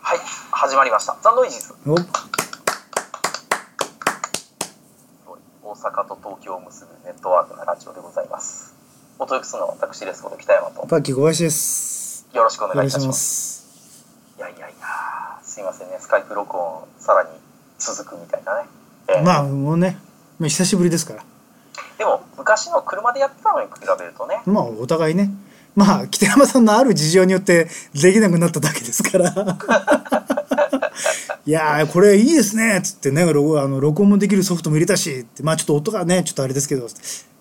はい始まりましたザ・ノイジーズお大阪と東京を結ぶネットワークなラジオでございますお届けするのは私ですこと北山とパッキー小林です。よろしくおお願願いいいたししまますす。いやいやいやすいませんねスカイプ録音さらに続くみたいなね、ええまあもうね、まあ久しぶりですから。でも昔の車でやってたのに比べると ねまあお互いね、まあ北山さんのある事情によってできなくなっただけですから。 いやーこれいいですねっつってね録あの録音もできるソフトも入れたしってまあちょっと音がねちょっとあれですけどい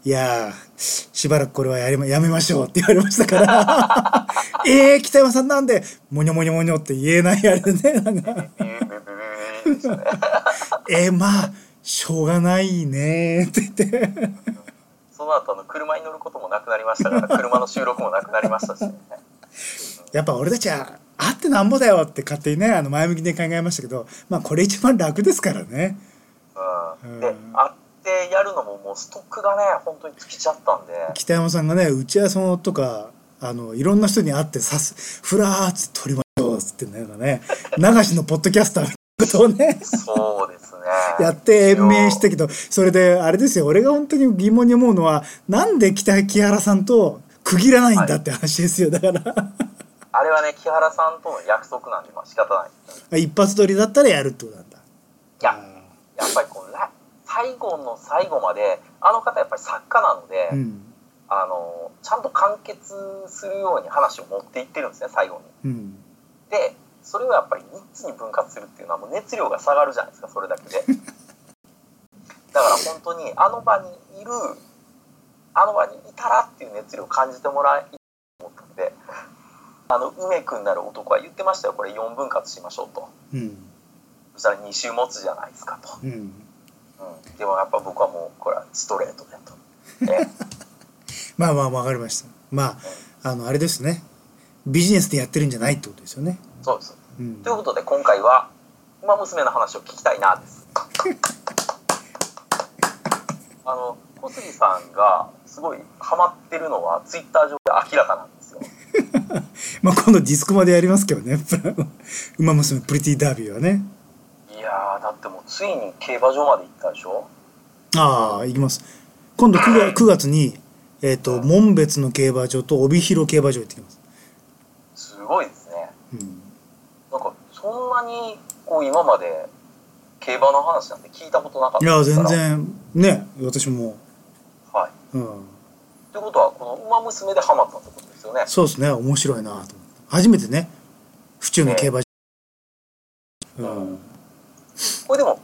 やーしばらくこれはやりまやめましょうって言われましたから えー、北山さんなんでもにょもにょもにょって言えないあれでねなビんか。ュービュービュービュービューですねえーまあしょうがないねーって言って その後あの車に乗ることもなくなりましたから車の収録もなくなりましたしねやっぱ俺たちはあってなんぼだよって勝手にねあの前向きに考えましたけどまあこれ一番楽ですからねうんでうん会ってやるのももうストックがね本当に尽きちゃったんで北山さんがね打ち合わせのとかあのいろんな人に会ってさすふらーっつって撮りましょうっつってなんかね流しのポッドキャスターみたいなことをね そうですねやって延命してけどそれであれですよ俺が本当に疑問に思うのはなんで北木原さんと区切らないんだって話ですよだから。 あれはね木原さんとの約束なんでまあ仕方ないあ一発撮りだったらやるってことなんだいややっぱりこうら最後の最後まであの方やっぱり作家なので、うんあのちゃんと完結するように話を持っていってるんですね最後にうんでそれをやっぱり3つに分割するっていうのはもう熱量が下がるじゃないですかそれだけでだから本当にあの場にいるあの場にいたらっていう熱量を感じてもらいたいと思ったのであの梅君なる男は言ってましたよこれ4分割しましょうとうんそしたら2週持つじゃないですかと、うんうん、でもやっぱ僕はもうこれはストレートでと。えまあまあわかりましたまああのあれですねビジネスでやってるんじゃないってことですよねそうですうんということで今回は「馬娘」の話を聞きたいな です。あの小杉さんがすごいハマってるのはツイッター上で明らかなんですよ。まあ今度ディスコまでやりますけどね 「ウマ娘プリティダービー」はねいやーだってもうついに競馬場まで行ったでしょああ行きます今度 9, 月9月にえっ、と紋別の競馬場と帯広競馬場行ってきます、すごいですね。うん、なんかそんなにこう今まで競馬の話なんて聞いたことなかったいやですか全ら。然ね私もはい。うんということはこの「馬娘」でハマったってことですよね。そうですね面白いなと思って初めてね府中の競馬場、うんこれでも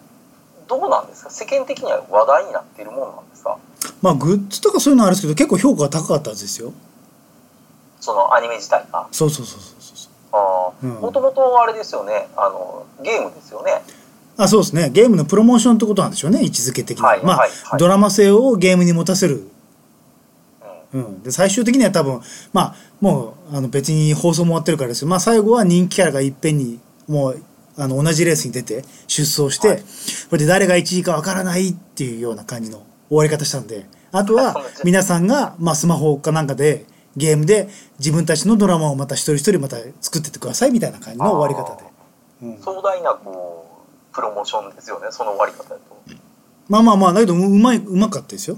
どうなんですか世間的には話題になっているものなんですかまあグッズとかそういうのはあるんですけど結構評価が高かったはずですよそのアニメ自体が。そうそうそうそうそうそうあうんもともとあれですよねあのゲームですよねあそうですねゲームのプロモーションってことなんでしょうね位置づけ的には、はいまあ、はいはいドラマ性をゲームに持たせる、うんうん、で最終的には多分まあもうあの別に放送も終わってるからですけど、まあ、最後は人気キャラがいっぺんにもうあの同じレースに出て出走して、はいそれで誰が1位かわからないっていうような感じの終わり方したんであとははい そうです皆さんが、まあ、スマホかなんかでゲームで自分たちのドラマをまた一人一人また作ってってくださいみたいな感じの終わり方で。うん壮大なこうプロモーションですよねその終わり方だと、まあまあまあだけどううまいうまかったですよ、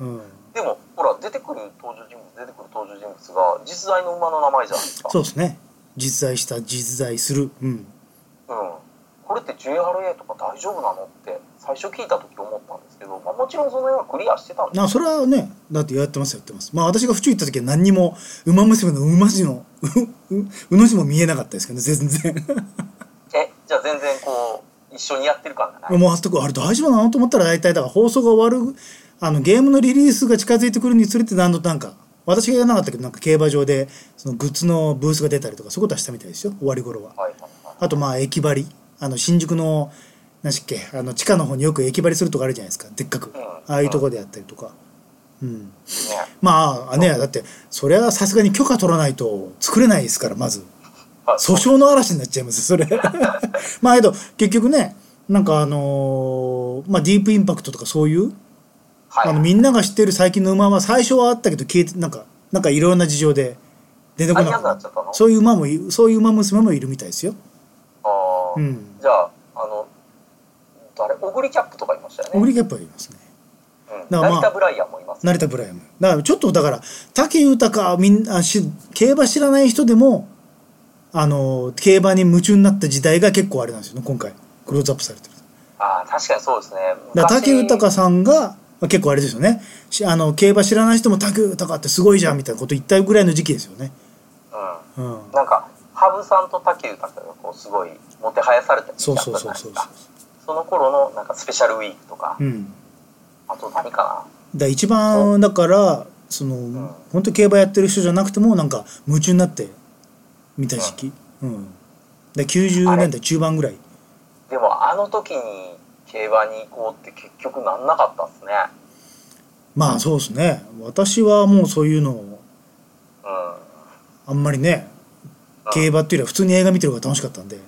ううん、ん、でもほら出てくる登場人物出てくる登場人物が実在の馬の名前じゃないですかそうですね実在した実在するうんう、ん、これって JRA とか大丈夫なのって最初聞いた時思ったんですけど、まあ、もちろんその辺はクリアしてたんですあそれはねだってやってますやってますまあ私が府中行った時は何にも「馬娘」の「馬字の「うううの字」も見えなかったですけどね全然えじゃあ全然こう一緒にやってる感がないもう全くあれ大丈夫なのと思ったら大体だから放送が終わるあのゲームのリリースが近づいてくるにつれて何度となんか私がやらなかったけどなんか競馬場でそのグッズのブースが出たりとかそういうことはしたみたいですよ終わり頃ははいはいはいあとまあ駅張りあの新宿の何しっけあの地下の方によく駅張りするとこあるじゃないですかでっかくうんああいうとこでやったりとか、うん、ねまあねだってそれはさすがに許可取らないと作れないですからまずはい訴訟の嵐になっちゃいますそ れまあけど結局ねなんかあのーまあ、ディープインパクトとかそういうはいあのみんなが知ってる最近の馬は最初はあったけど消えてなんかなんかいろんな事情で出てこあいななくなっくちゃったのそういう馬もいそういう馬娘もいるみたいですよあーうんじゃああのあれオグリキャップとかいましたよねオグリキャップはいますねうんだからまあ成田ブライアンもいます成田ブライアンもだからちょっとだから武豊みんなし競馬知らない人でもあの競馬に夢中になった時代が結構あれなんですよね今回クローズアップされてるああ確かにそうですねだから昔武豊さんがまあ結構あれですよねしあの競馬知らない人も武豊ってすごいじゃんみたいなこと言ったぐらいの時期ですよね、ううん、んなんか羽生さんと武豊がこうすごいもてはやされた時期そうだったじそゃうないそうですそうかそその頃のなんかスペシャルウィークとか、う、うん、あと何かだから一番だからその、ん本当競馬やってる人じゃなくてもなんか夢中になって見た時期、うん、で90年代中盤ぐらいなでもあの時に競馬に行こうって結局なんなかったですねまあそうですね私はもうそういうのをうんあんまりね競馬っていうよりは普通に映画見てる方が楽しかったんで、う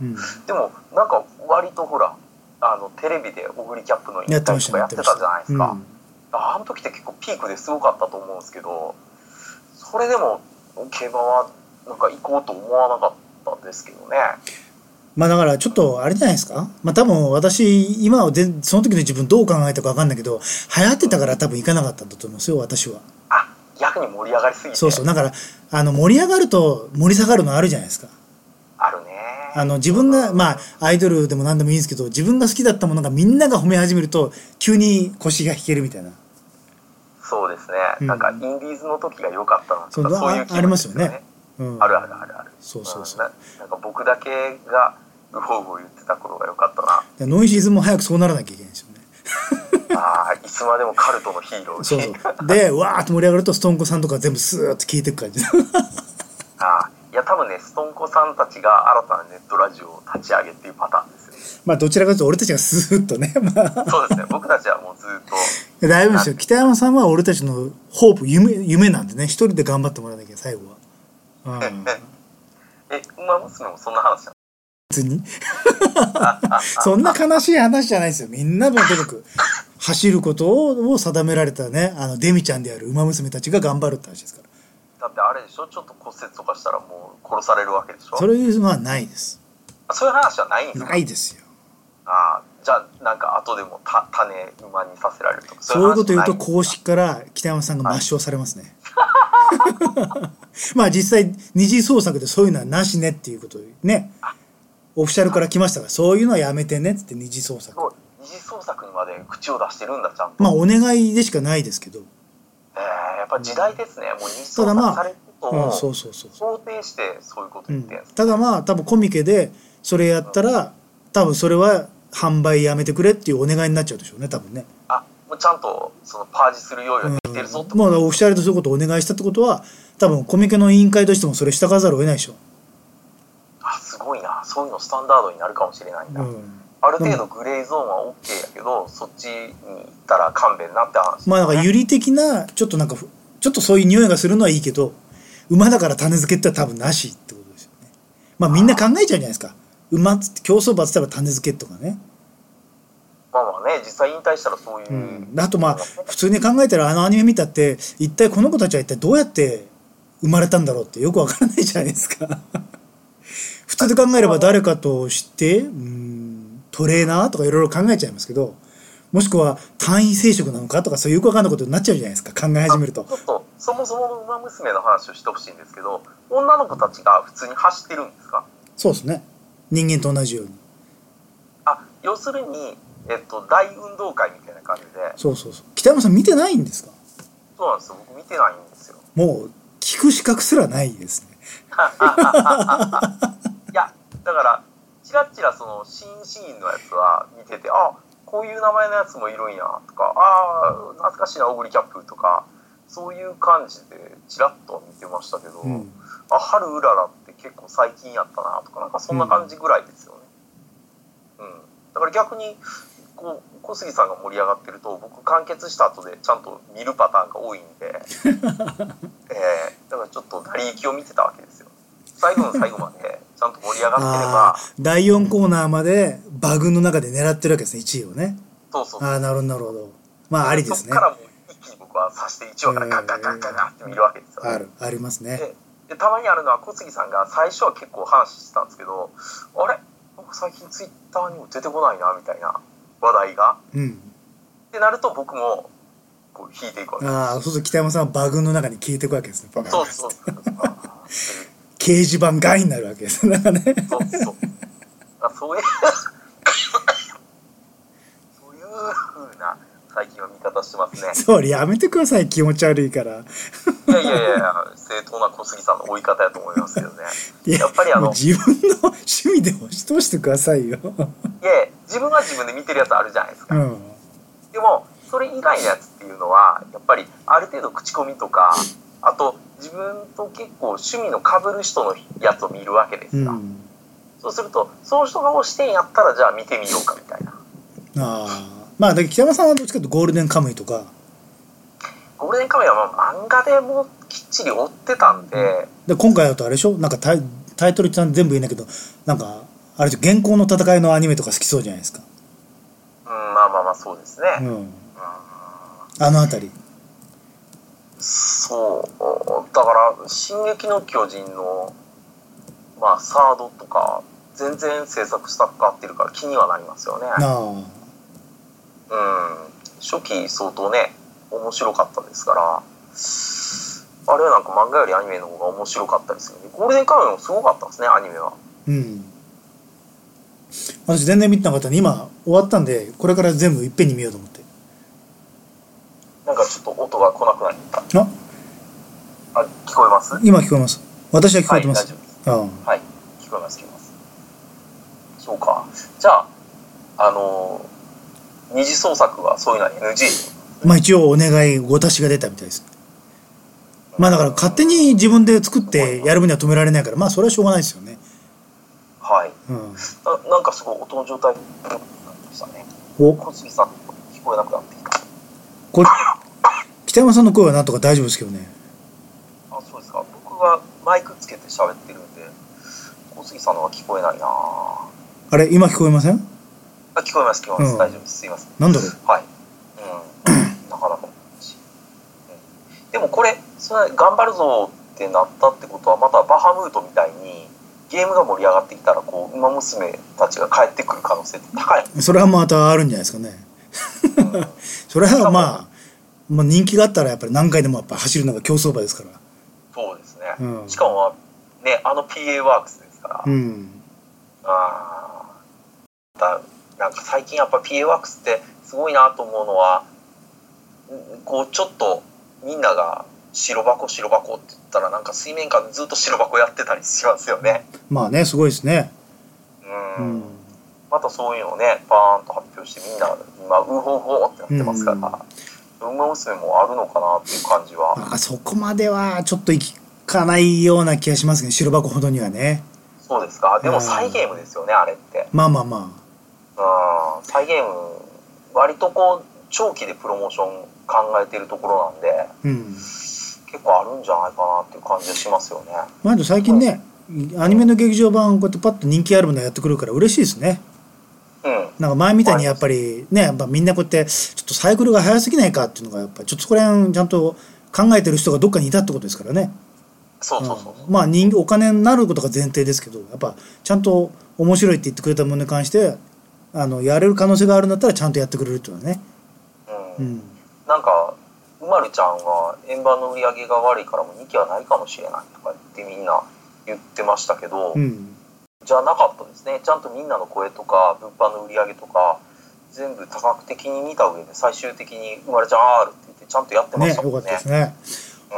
うんん、でもなんか割とほらあのテレビでオグリキャップのインやタってビュまーとかやっしたやっててまたしたじゃないですか、うんあの時って結構ピークですごかったと思うんですけどそれでも競馬はなんか行こうと思わなかったんですけどねまあだからちょっとあれじゃないですかまあ多分私今はでその時の自分どう考えたか分かんないけど流行ってたから多分行かなかったんだと思うんですよ私はあ逆に盛り上がりすぎてそうそうだからあの盛り上がると盛り下がるのあるじゃないですかあるねあの自分がまあアイドルでも何でもいいんですけど自分が好きだったものがみんなが褒め始めると急に腰が引けるみたいなそうですね、うんなんかインディーズの時が良かったなとかそうそういう気ああ分りまですよよねねうんあるあるあるあるそうそうそうんななんか僕だけがウホウホ言ってた頃が良かったなでノイシーズも早くそうならなきゃいけないんですよねああ、いつまでもカルトのヒーローにそうそう でわーっと盛り上がるとストーンコさんとか全部スーッと消えていく感じあーいや、多分ね、ストンコさんたちが新たなネットラジオを立ち上げっていうパターンです まあどちらかというと俺たちがスーッとね まあよ。そうですね、僕たちはもうずっと、大丈夫ですよ北山さんは俺たちのホープ夢夢なんでね一人で頑張ってもらわなきゃ最後は、うん、 え、馬娘もそんな話な別に そんな悲しい話じゃないですよみんなもとにかく走ることをを定められたねあのデミちゃんである馬娘たちが頑張るって話ですからのだってあれでしょ、ちょっと骨折とかしたらもう殺されるわけでしょ。それいうのはないですあそういう話はないんですかないですよあーじゃあ、なんか後でもた種馬にさせられるとか、そういうこと言う話とない公式から北山さんが抹消されますね、 まあ実際二次創作でそういうのはなしねっていうことをねオフィシャルから来ましたからそういうのはやめてねっつって二次創す作ごい、二次創作にまで口を出してるんだ、ちゃんと。まあお願いでしかないですけど、えーやっぱ時代ですね、もう二次た創だまあ作されるこうん、とそうをそうそう想定してそういうことう言っんてるんです、ただまあ多分コミケでそれやったら多分それは販売やめてくれっていうお願いになっちゃうでしょうね多分ね、あもうちゃんとそのパージする用意ができてるぞってこともうオフィシャルでそういうことをお願いしたってことは多分コミケの委員会としてもそれ従わざるを得ないでしょあすごいなそういうのスタンダードになるかもしれないんう、だ、うん、ある程度グレーゾーンは OK やけど、そっちに行ったら勘弁なって話まあなんかユリ的なちょっとなんかふちょっとそういう匂いがするのはいいけど馬だから種付けって多分なしってことですよねまあみんな考えちゃうじゃないですか馬っつって競走馬っつったら種付けとかね、まあまあね実際引退したらそういう、うん、あとまあ普通に考えたらあのアニメ見たって一体この子たちは一体どうやって生まれたんだろうってよくわからないじゃないですか 普通で考えれば誰かとしてうんトレーナーとかいろいろ考えちゃいますけどもしくは単位生殖なのかとかそういうよくわかんないことになっちゃうじゃないですか考え始めるとちょっとそもそもの「ウマ娘」の話をしてほしいんですけど女の子たちが普通に走ってるんですかそうですね人間と同じようにあ要するに、えっと、大運動会みたいな感じでそうそうそう北山さん見てないんですかそうなんですよ僕見てないんですよもう聞く資格すらないですねいや、だから、ちらちらその新シーンのやつは見てて、あこういう名前のやつもいるんやとか、ああ、懐かしいな、小栗キャップとか、そういう感じで、ちらっとは見てましたけど、うんあ、春うららって結構最近やったなとか、なんかそんな感じぐらいですよね。うん。だから逆に、こう、小杉さんが盛り上がってると、僕完結した後でちゃんと見るパターンが多いん で、えーだからちょっと成り行きを見てたわけですよ。最後の最後までちゃんと盛り上がってれあばあ、ー第4コーナーまでバグの中で狙ってるわけですね1位をねそうそうそう。ああなるほどなるほどまあありですそねっからもう一気に僕は挿して1話からガッガッガッガッガッって見るわけですよ、ねあるありますねででたまにあるのは小杉さんが最初は結構話してたんですけどあれなんか最近ツイッターにも出てこないなみたいな話題がうんってなると僕もこう引いていくわけああそうすると北山さんはバグの中に消えていくわけですねバカそうそうそう掲示板外になるわけです なんかねそうそうあそういうそういうふうな最近は見方してますねそれやめてください気持ち悪いからいやいやいや正当な小杉さんの追い方やと思いますけどねいややっぱりあのもう自分の趣味で押し通してくださいよいやいや自分は自分で見てるやつあるじゃないですうか、んでもそれ以外のやつっていうのはやっぱりある程度口コミとかあと自分と結構趣味の被る人のやつを見るわけでうすが、んそうするとその人が推してんやったらじゃあ見てみようかみたいなああまあだけど北山さんはどっちかというとゴールデンカムイとかゴールデンカメラは漫画でもきっちり追ってたんでで今回だとあれでしょなんかタイタイトルちゃんと全部言えないけどなんかあれでしょ原稿の戦いのアニメとか好きそうじゃないですか、うんまあまあまあそうですね、ううんん、あの辺りそうだから「進撃の巨人の」まあサードとか全然制作スタッフ変わってるから気にはなりますよねなあうん初期相当ね面白かったですからあれはなんか漫画よりアニメの方が面白かったですよねゴールデンカムイもすごかったですねアニメはうん私全然見てなかったんで今終わったんでこれから全部いっぺんに見ようと思ってなんかちょっと音が来なくなったああ聞こえます今聞こえます私は聞こえてまはす、い、大丈夫ですあはい聞こえます聞こえますそうかじゃああのー二次創作はそういうのは NG あまあ一応お願いご足しが出たみたいですまあだから勝手に自分で作ってやる分には止められないからまあそれはしょうがないですよねはいうんななんかすごい音の状態になってましたねお小杉さん聞こえなくなってきたこ北山さんの声はなんとか大丈夫ですけどねあそうですか僕はマイクつけて喋ってるんで小杉さんのは聞こえないなああれ今聞こえません聞こえます聞こえます、うん大丈夫ですすいませんなんだろうはいうんなかなか難しいうんでもこれそれ頑張るぞってなったってことはまたバハムートみたいにゲームが盛り上がってきたらこう馬娘たちが帰ってくる可能性って 高い、それはまたあるんじゃないですかねうんそれはまあ、まあ、人気があったらやっぱり何回でもやっぱ走るのが競走馬ですからそうですね、うんしかもねあの PA ワークスですから、うんあーだなんか最近やっぱ PA ワークスってすごいなと思うのはんこうちょっとみんなが白箱白箱って言ったらなんか水面下でずっと白箱やってたりしますよねまあねすごいですねううんんまたそういうのをねバーンと発表してみんな今ウホウホってなってますから「ウマ娘」もあるのかなっていう感じはまあそこまではちょっといかないような気がしますけど白箱ほどにはねそうですかでうもんサイゲームですよねあれってまあまあまうんサイゲーム割とこう長期でプロモーション考えてるところなんであうん結構あるんじゃないかなっていう感じがしますよね。まあ最近ねアニメの劇場版こうやってパッと人気あるものやってくるから嬉しいですねうん。なんか前みたいにやっぱりねやっぱみんなこうやってちょっとサイクルが早すぎないかっていうのがやっぱちょっとそこら辺ちゃんと考えてる人がどっかにいたってことですからねそうそうそうそう。うんまあ人お金になることが前提ですけどやっぱちゃんと面白いって言ってくれたものに関してあのやれる可能性があるんだったらちゃんとやってくれるっていうのはね、う。うんん、なんか、うまるちゃんは円盤の売り上げが悪いからもう2期はないかもしれないとか言ってみんな言ってましたけど、うん、じゃなかったですね。ちゃんとみんなの声とか、物販の売り上げとか、全部多角的に見た上で最終的にうまるちゃん R って言ってちゃんとやってまねしたよもかっんね。たですね。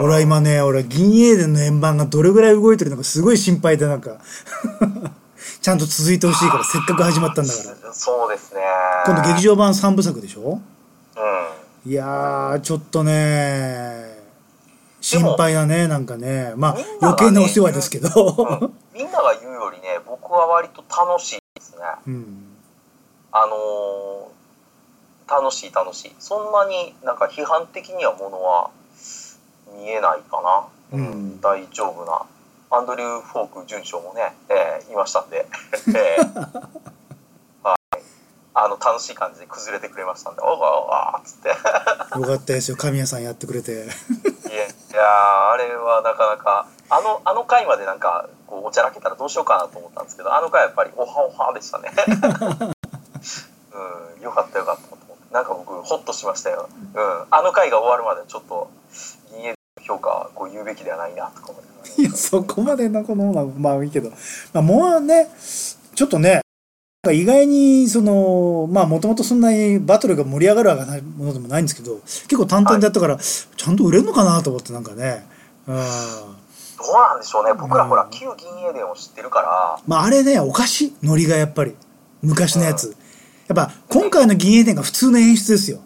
俺は今ね俺銀英伝の円盤がどれぐらい動いてるのかすごい心配でなんか ちゃんと続いてほしいからせっかく始まったんだからそうですね。今度劇場版3部作でしょ場。うん。いやーちょっとね心配だねなんかねまあみんながね余計なお世話ですけど、みんなが言うよりね、僕は割と楽しいですね。 うん、あのー楽しい楽しいそんなになんか批判的にはものは見えないかな、うん大丈夫なアンドリュー・フォ ーク准将もね、えーいましたんで、えーはい、あの楽しい感じで崩れてくれましたんで「おわおわ」っつってよかったですよ神谷さんやってくれて いやいやあれはなかなかあのあの回までなんかこうおちゃらけたらどうしようかなと思ったんですけどあの回はやっぱりおはおはでしたね うんよかったよかったと思ってなんか僕ホッとしましたよ、うん、あの回が終わるまでちょっと銀エの評価はこう言うべきではないなとか思いながらいやそこまでのこのまあまあいいけど、まあ、もうねちょっとねなんか意外にそのまあもともとそんなにバトルが盛り上がるようなものでもないんですけど結構淡々でやったから、ちゃんと売れるのかなと思ってなんかねうんどうなんでしょうね僕らほうらん旧銀エ伝を知ってるからまああれねおかしいノリがやっぱり昔のやつやっぱ今回の銀英伝が普通の演出ですよ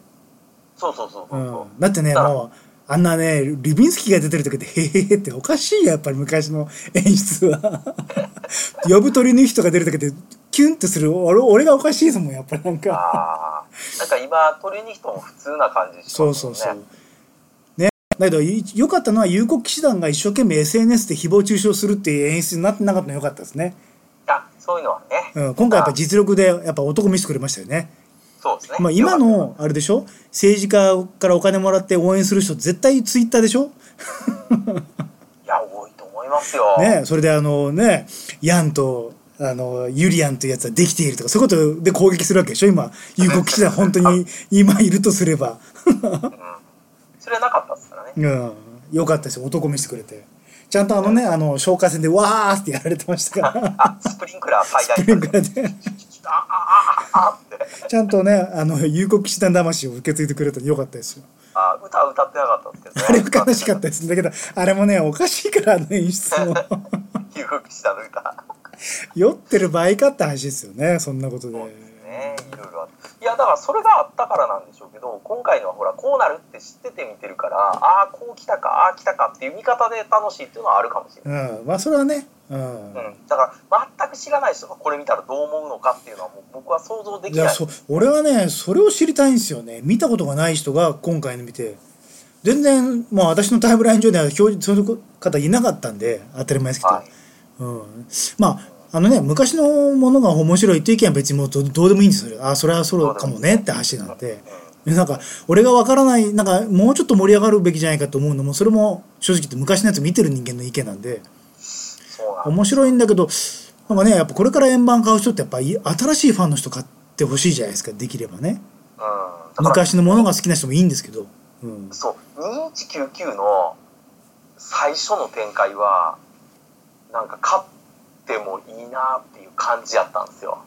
そうそうそうそうう、んだってね、だからもう、あんなね、リビンスキーが出てる時って、へへへっておかしいよ、やっぱり昔の演出は。 呼ぶ鳥の人が出る時って、キュンってする、俺俺がおかしいですもん、やっぱりなんか。あーなんか今トレーニ人も普通な感じしそうますそようねそう。ね、だけど、い良かったのは、有国騎士団が一生懸命 SNS で誹謗中傷するっていう演出になってなかったの良かったですね。あそういうのはね、うん、今回やっぱ実力で、やっぱ男見せてくれましたよね。そうですね、まあ、今の、あれでしょ政治家からお金もらって応援する人、絶対ツイッターでしょいや多いと思いますよ、ね、それであのねヤンとあのユリアンというやつはできているとかそういうことで攻撃するわけでしょ今有効騎士団本当に 今いるとすれば、それはなかったですからねうん、よかったですよ男見せてくれてちゃんとあのねあの消火栓でわーってやられてましたからあスプリンクラー最大スプリンクラーであああああって ちゃんとねあの有効騎士団魂を受け継いでくれたんでよかったですよあ歌は歌ってなかったんですけどねあれは悲しかったですだけどあれもねおかしいからあの演出も有効騎士団の歌酔ってる場合かって話ですよねそんなことでそうですねいろいろあっていやだからそれがあったからなんでしょうけど今回のはほらこうなるって知ってて見てるからああこう来たかああ来たかっていう見方で楽しいっていうのはあるかもしれない、うんまあそれはねうんうん、だから全く知らない人がこれ見たらどう思うのかっていうのはもう僕は想像でいきないやそ俺はねそれを知りたいんですよね見たことがない人が今回の見て全然まあ私のタイムライン上では表示その方いなかったんで当たり前ですけど、はいうん、まああのね昔のものが面白いっていう意見は別にもうどどうでもいいんですよあそれはそうかもねって話なんででなんか俺がわからないなんかもうちょっと盛り上がるべきじゃないかと思うのもそれも正直言って昔のやつ見てる人間の意見なんでそうなんです面白いんだけどなんかねやっぱこれから円盤買う人ってやっぱり新しいファンの人買ってほしいじゃないですかできればね。うんだから昔のものが好きな人もいいんですけど、うん、そう2199の最初の展開はなんか勝ってもいいなっていう感じやったんですよ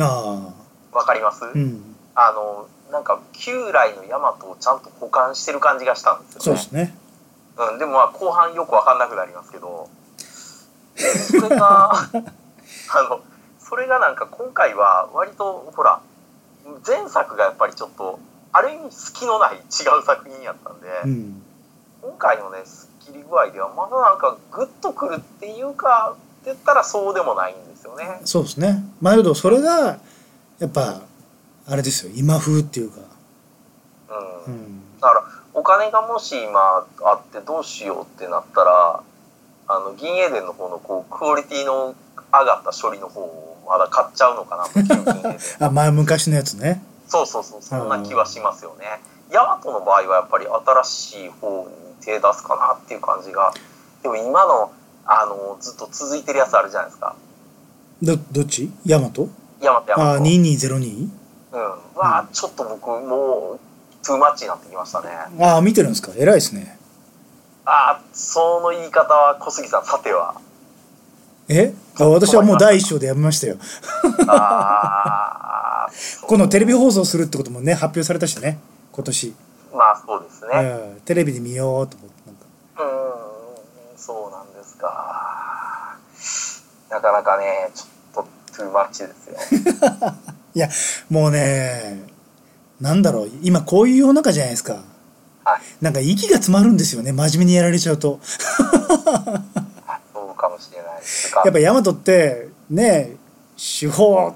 ああわかります、うんあのなんか旧来のヤマトをちゃんと保管してる感じがしたんですそうよでねすねうん、でもまあ後半よくわかんなくなりますけどそれ があのそれがなんか今回は割とほら前作がやっぱりちょっとある意味隙のない違う作品やったんで、うん今回のねスッキリ具合ではまだなんかグッとくるっていうかって言ったらそうでもないんですよねそうですねまあだけどそれがやっぱあれですよ今風っていうか、うん、うん、だからお金がもし今あってどうしようってなったらあの銀エーデンの方のこうクオリティの上がった処理の方をまだ買っちゃうのかなと旧銀エーデン あ前昔のやつねそうそうそうそんな気はしますよねヤマトの場合はやっぱり新しい方に手出すかなっていう感じがでも今のあのずっと続いてるやつあるじゃないですかどどっちヤマトヤマトヤマあト2202うん、わあちょっと僕もうトゥーマッチになってきましたねああ見てるんですか偉いですねああその言い方は小杉さんさてはえあ私はもう第一章でやめましたよ ああこのテレビ放送するってこともね発表されたしね今年、まあそうですうねん、テレビで見ようと思ってなんかうんそうなんですかなかなかねちょっとトゥーマッチですよ いやもうねなんだろう今こういう世の中じゃないですかはいなんか息が詰まるんですよね真面目にやられちゃうとそうかもしれないですかやっぱヤマトってね手法は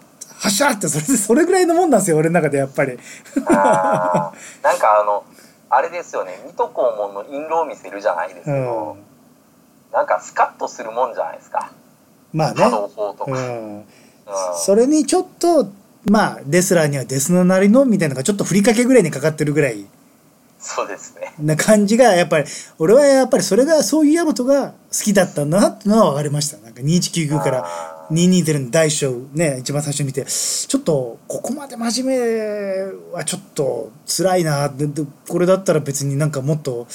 しゃってそれそれぐらいのもんなんですよ俺の中でやっぱりあーなんかあのあれですよね水戸黄門の印籠を見せるじゃないですけうど、んなんかスカッとするもんじゃないですかまあね波動砲とか、うんうんそれにちょっとまあレスラーにはデスのなりのみたいなのがちょっとふりかけぐらいにかかってるぐらいそうですね。な感じがやっぱり俺はやっぱりそれがそういうヤマトが好きだったんだなってのは分かりましたなんか2199からあー220の大将ね一番最初に見てちょっとここまで真面目はちょっと辛いなででこれだったら別になんかもっと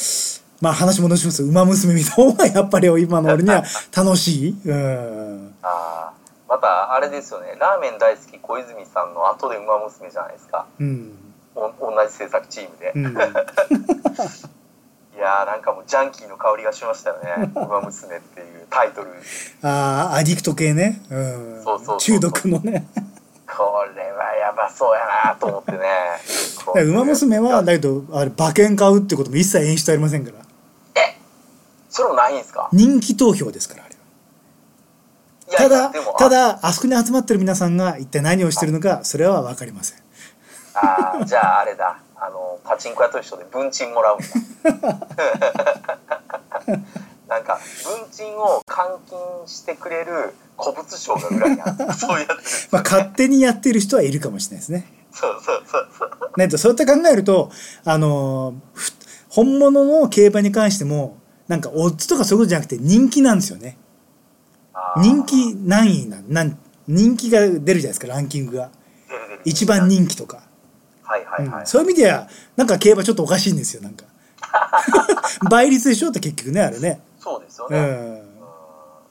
まあ話戻します馬娘見た方がやっぱり今の俺には楽しいうんあーまたあれですよね、ラーメン大好き小泉さんの後で馬娘じゃないですか。うんお同じ制作チームで。 うんいやーなんかもうジャンキーの香りがしましたよ ね。馬娘っていうタイトル。あーアディクト系ね、うん、そうそうそう中毒のねこれはやばそうやなと思ってね。だから馬娘はだけどあれ馬券買うってことも一切演出ありませんからえそれもないんですか人気投票ですからあれはいやたいやだでもただあそこに集まってる皆さんが一体何をしてるのかそれは分かりませんああじゃああれだあのパチンコ屋と一緒で文鎮もらうんだなんか文鎮を換金してくれる古物商が裏にあるそういうやつまあ、勝手にやってる人はいるかもしれないですね。そうそうそうそうねとそうやって考えると、あのーふ本物の競馬に関してもなんかオッズとかそういうことじゃなくて人気なんですよね。あー人気何位なんなん人気が出るじゃないですかランキングが出る出る一番人気とか、はいはいはい、うんそういう意味ではなんか競馬ちょっとおかしいんです よなんか倍率でしょって結局ねあれね。そうですようね、うんん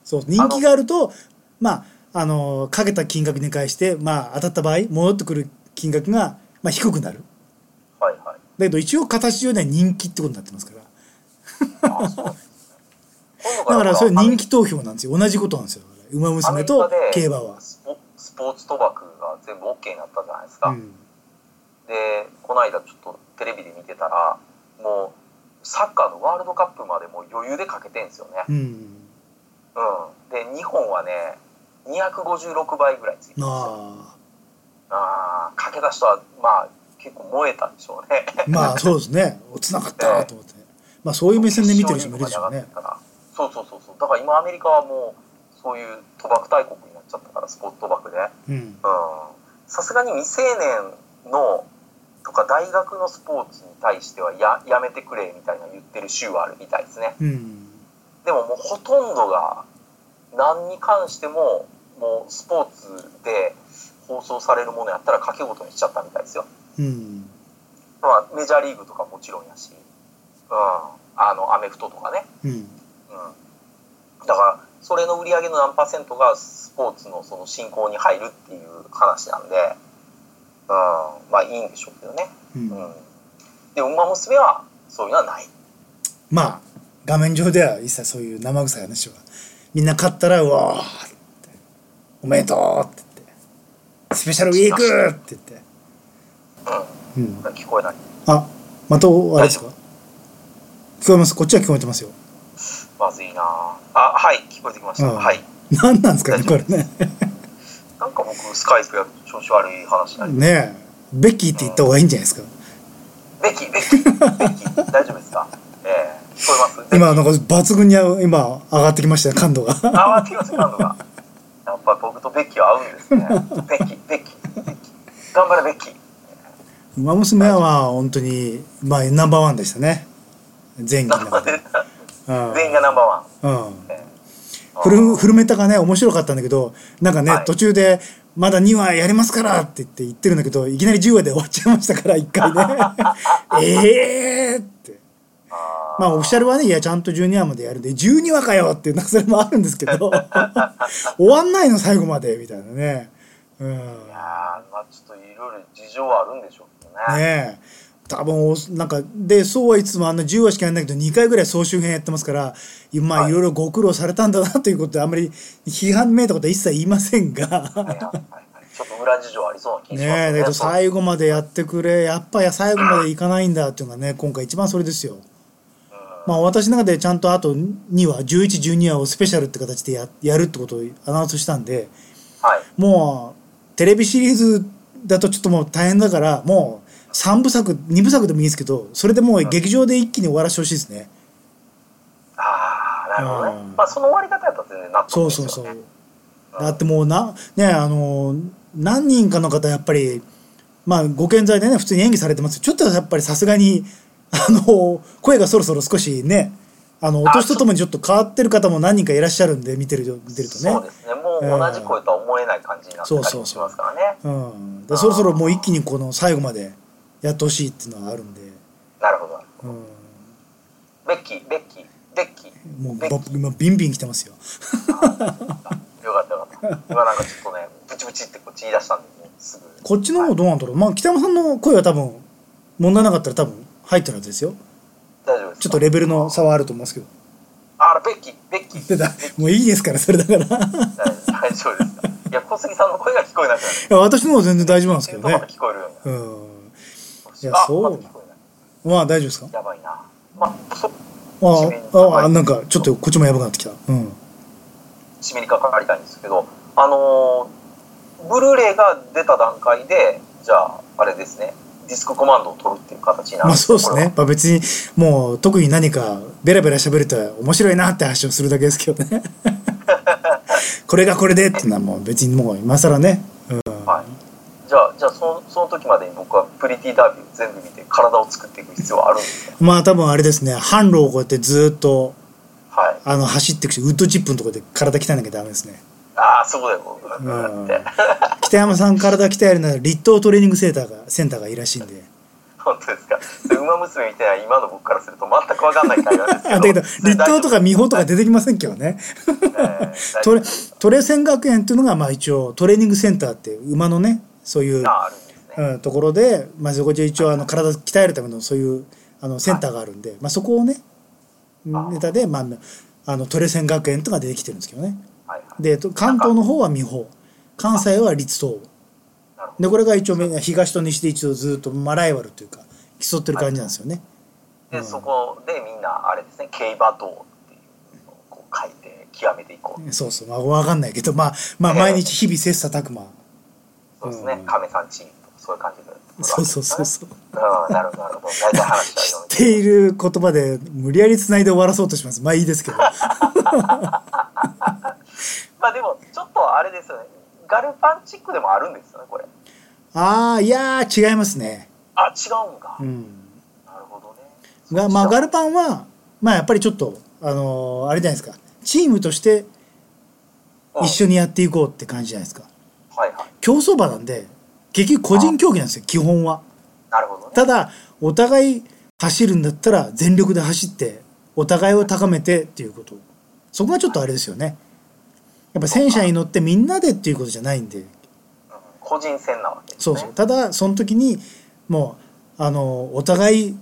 そう人気があるとまああのかけた金額に対して、まあ、当たった場合戻ってくる金額が、まあ、低くなるはいはいだけど一応形上では人気ってことになってますからあそうなんですね今度だからそれほら人気投票なんですよ同じことなんですよ馬アメ娘リカとで競馬は、スポスポーツ賭博が全部 OK になったじゃないですか、うん、でこの間ちょっとテレビで見てたらもうサッカーのワールドカップまでもう余裕でかけてんですよね、うん、うん、で日本はね256倍ぐらいついてるまあーかけた人はまあ結構燃えたんでしょうねあ まあそうですねつながったと思って、まあ、そういう目線で見てる人もいるで しょうねそうそうそうそうだから今アメリカはもうそういう賭博大国になっちゃったからスポーツ賭博でうんうんさすがに未成年のとか大学のスポーツに対してはややめてくれみたいな言ってる州はあるみたいですねうんでももうほとんどが何に関してももうスポーツで放送されるものやったら掛け事にしちゃったみたいですよ、うんまあ、メジャーリーグとかもちろんやし、うん、あのアメフトとかね、うんうん、だからそれの売り上げの何パーセントがスポーツのその進行に入るっていう話なんで、うん、まあいいんでしょうけどね、うんうん、で馬娘はそういうのはないまあ画面上では一切そういう生臭い話はみんな勝ったら「うわーって「おめでとう!」って言って「スペシャルウィーク!」って言って、うん、聞こえないあまたおあれですか聞こえますこっちは聞こえてますよまずいなああはい聞こえてきました、うんはい何なんですかねこれねなんか僕スカイプやると調子悪い話になりねえベッキーって言った方がいいんじゃないですかベッキーベッキーベッキー大丈夫ですかええ聞こえます今なんか抜群に今上がってきましたね感度があわってきます感度がやっぱり僕とベッキーは合うんですねベッキーベッキーベッキー頑張れベッキー「ウマ娘」はまあ本当にまあナンバーワンでしたね前期の 中で、うん全員がナンバーワンうん、えフルフルメタがね面白かったんだけどなんかね、はい途中で「まだ2話やりますから」って言って言ってるんだけどいきなり10話で終わっちゃいましたから1回 ねええってえあーまあオフィシャルはねいやちゃんと12話までやるんで12話かよっていうなんかそれもあるんです けど終わんないの最後までみたいなねうんいやーまあちょっといろいろ事情はあるんでしょうけどねねえ多分おなんかでそうはいつもあんな10話しかやんないけど2回ぐらい総集編やってますからまはあいいろいろご苦労されたんだなということであんまり批判めいたことは一切言いませんはいはいがはいちょっと裏事情ありそうな気がしますねえだけど最後までやってくれやっぱや最後までいかないんだっていうのがね今回一番それですよ。まあ私の中でちゃんとあと2話1112話をスペシャルって形でややるってことをアナウンスしたんではいもうテレビシリーズだとちょっともう大変だからもう3部作2部作でもいいですけどそれでもう劇場で一気に終わらせてほしいですね、ああなるほどうねんまあその終わり方やったら全然納得そうですそようねそううんだってもうなねあの何人かの方やっぱりまあご健在でね普通に演技されてますちょっとやっぱりさすがにあの声がそろそろ少しねあのお年とともにちょっと変わってる方も何人かいらっしゃるんで見てると見てるとそうねで。すねもう同じ声とは思えない感じになってたそうそうりしそうますからね、うん、でそろそろもう一気にこの最後までやってほしいっていうのはあるんで、なるほどうん、ベッキーベッキーベッキーもうベばッキー今ビンビン来てますよ。よかったよかった今なんかちょっとねブチブチってこっち言い出したんでもうすぐこっちの方どうなんだろう、まあ北山さんの声は多分問題なかったら多分入ってるはずですよ大丈夫ですちょっとレベルの差はあると思いますけど あらベッキーベッキー出たもういいですからそれだからい大大丈夫ですかいや小杉さんの声が聞こえなくなるや私の方は全然大丈夫なんですけとどころねが聞こえるようになるうんいやあそうまだ聞こえないまあ大丈夫ですかやばいなまあそうあああなんかちょっととこっちもやばくなってきたうん締めにかかりたいんですけどあのーブルーレイが出た段階でじゃああれですねディスクコマンドを取るっていう形になるんまあそうですこれねはまあ別にもう特に何かベラベラ喋ると面白いなって話をするだけですけどね これがこれでっていうのはもう別にもう今更ね、うん、はいじゃあじゃあそのその時までに僕はプリティダービーを全部見て体を作っていく必要はあるんですねまあ多分あれですね販路をこうやってずーっとはいあの走っていくしウッドチップのところで体鍛えなきゃダメですね、ああそうだよ僕うっんて北山さん体鍛えるなら立東トレーニングセンターがセンターがいいらしいんで本当ですかそれ馬娘みたいな今の僕からすると全く分かんない会話ですけ あどだけど立東とか美穂とか出てきませんけどねト取 レトレセン学園っていうのがまあ一応トレーニングセンターっていう馬のねそういう、ああるんですね、うん、ところで、まあ、そこで一応あの体鍛えるためのそういうあのセンターがあるんで、まあ、そこをねあネタで、まあ、あのトレセン学園とか出てきてるんですけどねはいはいでと関東の方は美穂関西は立東なるほどでこれが一応め東と西で一応ずっとまあライバルというか競ってる感じなんですよね、で、うんそこでみんなあれですね競馬道っていうのをこう書いて極めていこう、そうそうまあ分かんないけどまあまあええ毎日日々切磋琢磨そうですね、うん亀さんチームとかそういう感じでそうそうそう そううんなるほどなるほど大体話は知読っめて ている言葉で無理やりつないで終わらそうとしますまあいい ですけどまあでもちょっとあれですよねガルパンチックでもあるんですよねこれああいやー違いますねあ違うんか、うんなるほどねがまあガルパンはまあやっぱりちょっとあのーあれじゃないですかチームとして一緒にやっていこうって感じじゃないですかうんはいはい競走馬なんで結局個人競技なんですよ基本はなるほどねただお互い走るんだったら全力で走ってお互いを高めてっていうことそこがちょっとあれですよねやっぱ戦車に乗ってみんなでっていうことじゃないんでうん個人戦なわけですそねうそうただその時にもうあのお互い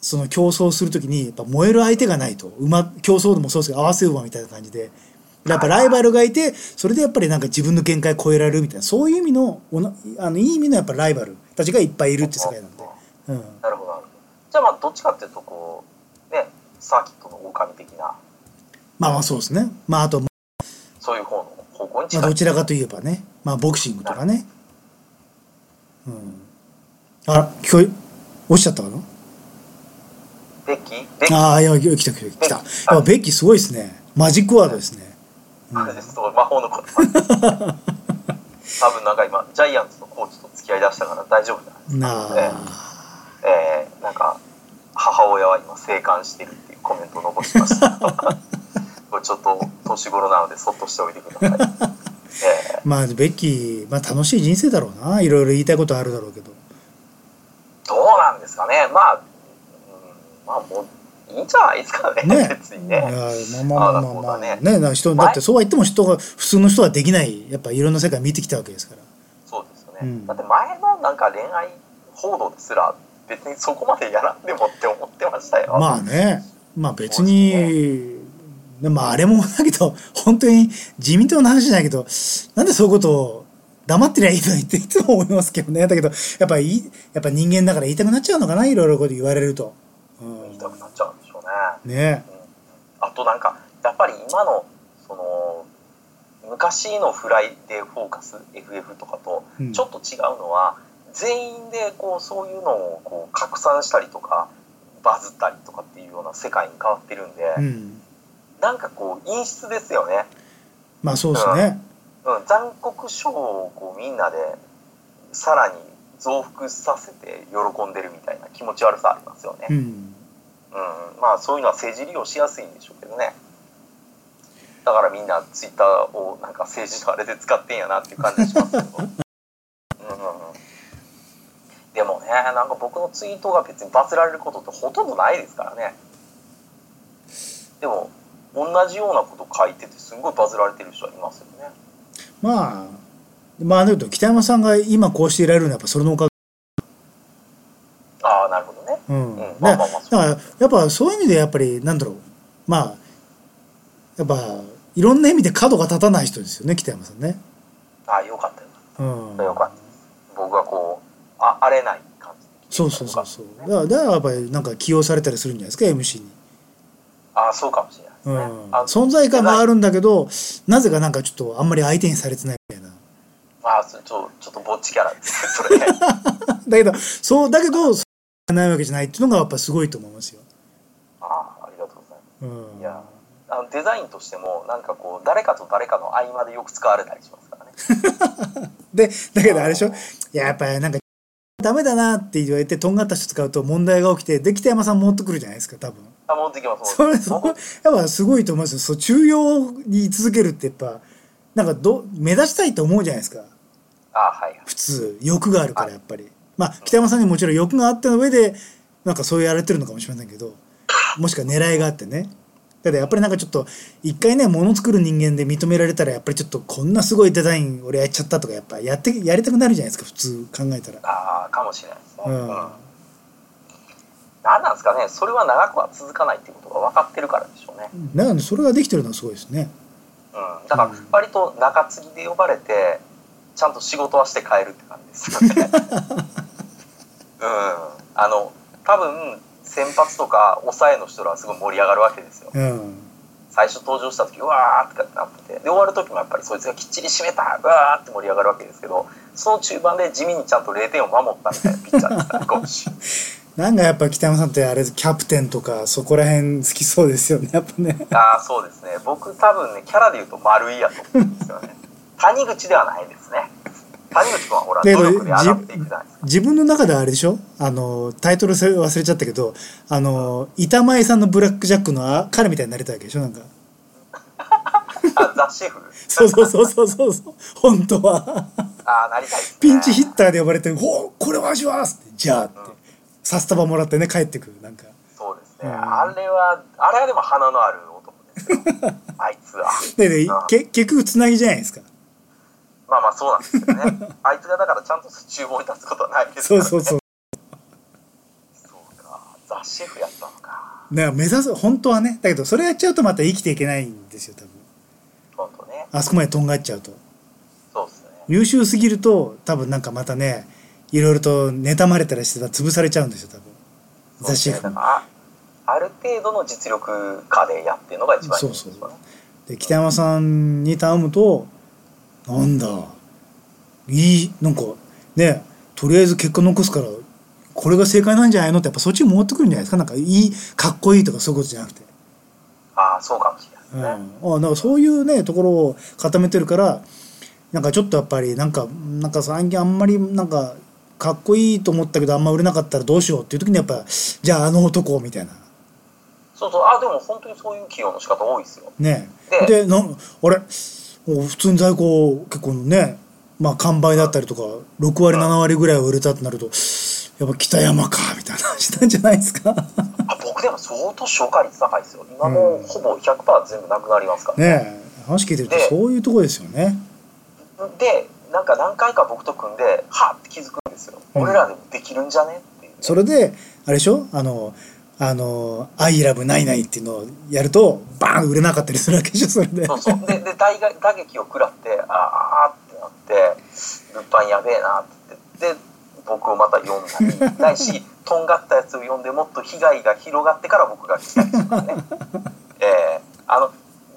その競争する時にやっぱ燃える相手がないと馬競争でもそうですけど合わせ馬みたいな感じでやっぱライバルがいてそれでやっぱりなんか自分の限界超えられるみたいなそういう意味のおなあのいい意味のやっぱライバルたちがいっぱいいるって世界なんで、うん、なるほどなるほどじゃあまあどっちかっていうとこうねサーキットの狼的なまあまあそうですねまああと、まそういう方の方向にあ、近いどちらかといえばねまあボクシングとかねうんあら聞こえ落ちちゃったかなベッキー ベッキーああ、いや、来た来た来た。ベッキーあベッキーすごいですね。マジックワードですね。そうですそう魔法の言葉多分なんか今ジャイアンツのコーチと付き合いだしたから大丈夫じゃないですかなあ。えーなんか母親は今生還してるっていうコメントを残しま したこれちょっと年頃なのでそっとしておいてください、えまあ、ベッキー、まあ楽しい人生だろうな。いろいろ言いたいことあるだろうけど。ーどうなんですかねまあ、うん、まあもういいんじゃないですかねね 別にねいやまあまあまあまああまああそうだねね。なんか人だってそうは言っても人が、普通の人はできない、やっぱいろんな世界見てきたわけですから。そうですよね、うんだって前のなんか恋愛報道ですら別にそこまでやらんでもって思ってましたよ、まあね。まあ別に、ねまああれもだけど、本当に自民党の話じゃないけど、なんでそういうことを黙ってりゃいいのにっていつも思いますけどね。だけど、やっぱいい、やっぱ人間だから言いたくなっちゃうのかな、いろいろこう言われると。言いうたくなっちゃうんでしょうねん、ねあとなんかやっぱり今のその昔の「フライデーフォーカス FF」とかとうんちょっと違うのは、全員でこうそういうのをこう拡散したりとかバズったりとかっていうような世界に変わってるんで、うん。なんかこう陰湿ですよね。まあそうですね。ううん、残酷賞をこうみんなでさらに増幅させて喜んでるみたいな気持ち悪さありますよね、ううんんまあそういうのは政治利用しやすいんでしょうけどねだからみんなツイッターをなんか政治のあれで使ってんやなっていう感じがします けど、うんうんうん、でもねなんか僕のツイートが別にバズられることってほとんどないですからねでも同じようなこと書いててすんごいバズられてる人はいますよねまあまあだけど北山さんが今こうしていられるのはやっぱそれのおかげああなるほどねうんうんねまあだまあかまあそうらやっぱそういう意味でやっぱりなんだろうまあやっぱいろんな意味で角が立たない人ですよね北山さんね。ああよかったようん、よかった僕はこうあ荒れない感じでそうそうそうそねうだからだからやっぱりなんか起用されたりするんじゃないですか MC に。ああそうかもしれないですうね、ん、あの存在感があるんだけどなぜかなんかちょっとあんまり相手にされてないみたいな。 ああちょちょちょっとぼっちキャラですねそれ ねだけどそうだけどそうないわけじゃないっていうのがやっぱすごいと思いますよ。ああありがとうございまうんすいやあのデザインとしてもなんかこう誰かと誰かの合間でよく使われたりしますからねでだけどあれでしょいややっぱりなんかダメだなって言われてとんがった人使うと問題が起きてで北山さん持ってくるじゃないですか多分あ持ってきますそ持っれてきそまこすやっぱすごいと思いますよそう中庸に居続けるってやっぱなんかど目指したいと思うじゃないですかああはいはい普通欲があるからやっぱりまあ北山さんにもちろん欲があった上でなんかそうやられてるのかもしれません けどもしくは狙いがあってねただやっぱりなんかちょっと一回ね物作る人間で認められたらやっぱりちょっとこんなすごいデザイン俺やっちゃったとかやっぱやってやりたくなるじゃないですか普通考えたらああかもしれないですねううんん、なんなんですかねそれは長くは続かないっていうことが分かってるからでしょうねなのでそれができてるのはすごいですねうん、だから割と中継ぎで呼ばれてちゃんと仕事はして帰るって感じ ですよね。うん、あの多分先発とか抑えの人らはすごい盛り上がるわけですよ。うん最初登場した時うわーってなっててで終わる時もやっぱりそいつがきっちり締めたうわーって盛り上がるわけですけどその中盤で地味にちゃんと0点を守ったみたいなピッチャーですから今週なんかやっぱ北山さんってあれキャプテンとかそこら辺好きそうですよねやっぱねああそうですね僕多分ねキャラで言うと丸いやと思うんです よね谷口ではないんですね谷口君はほらでも努力で上がっていくじゃないですか自分の中ではあれでしょあのタイトルせ忘れちゃったけどあの板前さんのブラックジャックのあ彼みたいになりたいわけでしょなんかあ、ザ・シェフ。そうそうそうそうそうそう本当はあー、なりたいです、ね。ピンチヒッターで呼ばれて「ほうこれは味わわす!」って「じゃあ」ってうん札束もらってね帰ってくるなんかそうですうね。んあれは、あれはでも鼻のある男ですよ。 あいつは。ででうんけ結局つなぎじゃないですかまあまあそうなんですけどね。あいつがだからちゃんと厨房に立つことはないですかそら、うね。そうそうそうか。ザ・シェフやったのか。だから目指す本当はねだけどそれやっちゃうとまた生きていけないんですよ多分ほんとね。あそこまでとんがっちゃうとそうですね。優秀すぎると多分なんかまたねいろいろと妬まれたりしてたら潰されちゃうんですよ多分ザ・シェそうですねだフからあある程度の実力家でやってるのが一番いいんですよね。そうで北山さんに頼むとなんだいいなんかねとりあえず結果残すからこれが正解なんじゃないのってやっぱそっちに戻ってくるんじゃないですかなんかいいかっこいいとかそういうことじゃなくて、ああ、そうかもしれうん、ないですね。あなんかそういうねところを固めてるからなんかちょっとやっぱりなんかなんか最近あんまりなんかかっこいいと思ったけどあんま売れなかったらどうしようっていう時にやっぱじゃああの男をみたいなそうそう。あ、でも本当にそういう起用の仕方多いですよ。ねででなあれもう普通に在庫結構ねまあ完売だったりとか6割7割ぐらいは売れたってなるとやっぱ北山かみたいな話なんじゃないですかあ僕でも相当消化率高いですよ。今もうほぼ100%全部なくなりますから。ねえ話聞いてるとでそういうとこですよねでなんか何回か僕と組んではっって気づくんですよ、うん俺らでもできるんじゃねっていうね、それであれでしょあの「あのアイラブないない」っていうのをやるとバーン売れなかったりするわけで しょそれでそうそうでで大が打撃を食らってあーってなって物販やべえなって言ってで僕をまた呼んだりない しとんがったやつを呼んでもっと被害が広がってから僕が来たりしますねええあの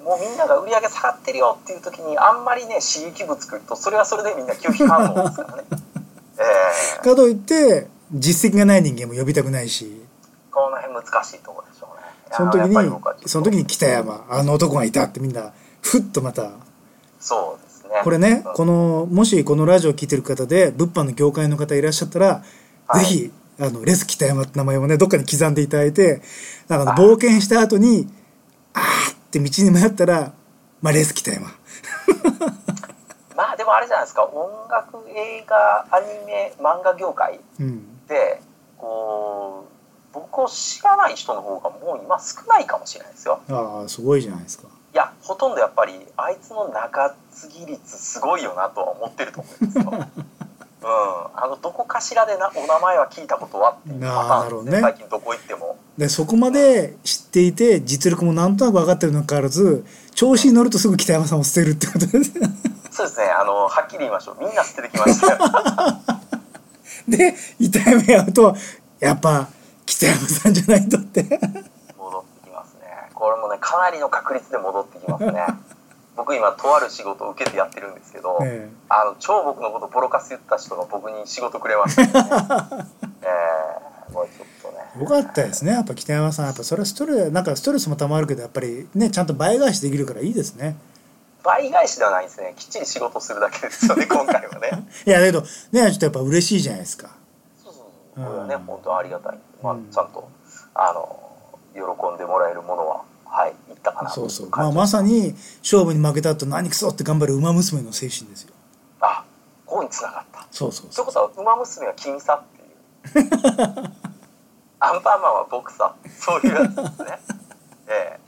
もうみんなが売り上げ下がってるよっていう時にあんまりね刺激物食うとそれはそれでみんな拒否反応ですから ねええかといって実績がない人間も呼びたくないしこの辺難しいところでしょうね。その時あやっぱり僕はちょっにとその時に北山あの男がいたってみんなふっとまたそうですね。これねうんこのもしこのラジオを聞いてる方で物販の業界の方いらっしゃったら、はいぜひあのレス北山って名前をねどっかに刻んでいただいてなんかあのはい冒険した後にあーって道に迷ったら、まあ、レス北山まあでもあれじゃないですか、音楽、映画、アニメ、漫画業界うんで、こう、僕を知らない人の方がもう今少ないかもしれないですよ。ああすごいじゃないですかいや、ほとんどやっぱり、あいつの中継ぎ率すごいよなとは思ってると思うんですよ。 うん、あのどこかしらでなお名前は聞いたことはっていうパタなあなーンるほでどすねね最近どこ行ってもでそこまで知っていて実力もなんとなく分かってるのにかかわらず調子に乗るとすぐ北山さんを捨てるってことです そうですねあのはっきり言いましょうみんな捨ててきましたよで痛い目合うとやっぱ北山さんじゃないとって戻ってきますねこれもねかなりの確率で戻ってきます ね僕今とある仕事を受けてやってるんですけど、ええあの超僕のことボロカス言った人が僕に仕事くれま した、ねえー、もうちょっとねよかったですねやっぱ北山さんやっぱそれはストレなんかストレスもたまるけどやっぱりねちゃんと倍返しできるからいいですね倍返しではないですねきっちり仕事するだけです よね今回はねいやだけどねちょっとやっぱ嬉しいじゃないですかそうそうそうこれはねうん本当ありがたい、まあうん、ちゃんとあの喜んでもらえるものははいいったかなそうそう、ままあ、あまさに勝負に負けた後何くそって頑張る馬娘の精神ですよあここに繋がったそうそうそそいううことは「ウマ娘は君さ」っていう アンパンマンは僕さそういうやつですねえ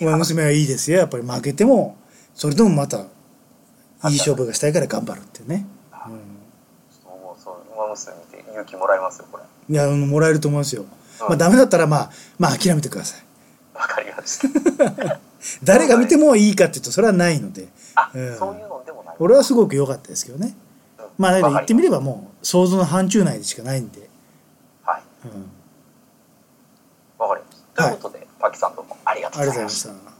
えう馬娘はいいですよやっぱり負けてもそれでもまたいい勝負がしたいから頑張るってね、もうそう馬娘見て勇気もらいますよこれうん、いやあのもらえると思いますよ、うんまあダメだったらまあまあ諦めてくださいわかりました 誰が見てもいいかっていうとそれはないのであ、うんそういうのでもない俺はすごく良かったですけどねうんまあだけど言ってみれわばもう想像の範疇内でしかないんで、かりましうん、たはいわかりましたということで、パキさんどうもありがとあうりがとうごございざいましましたた。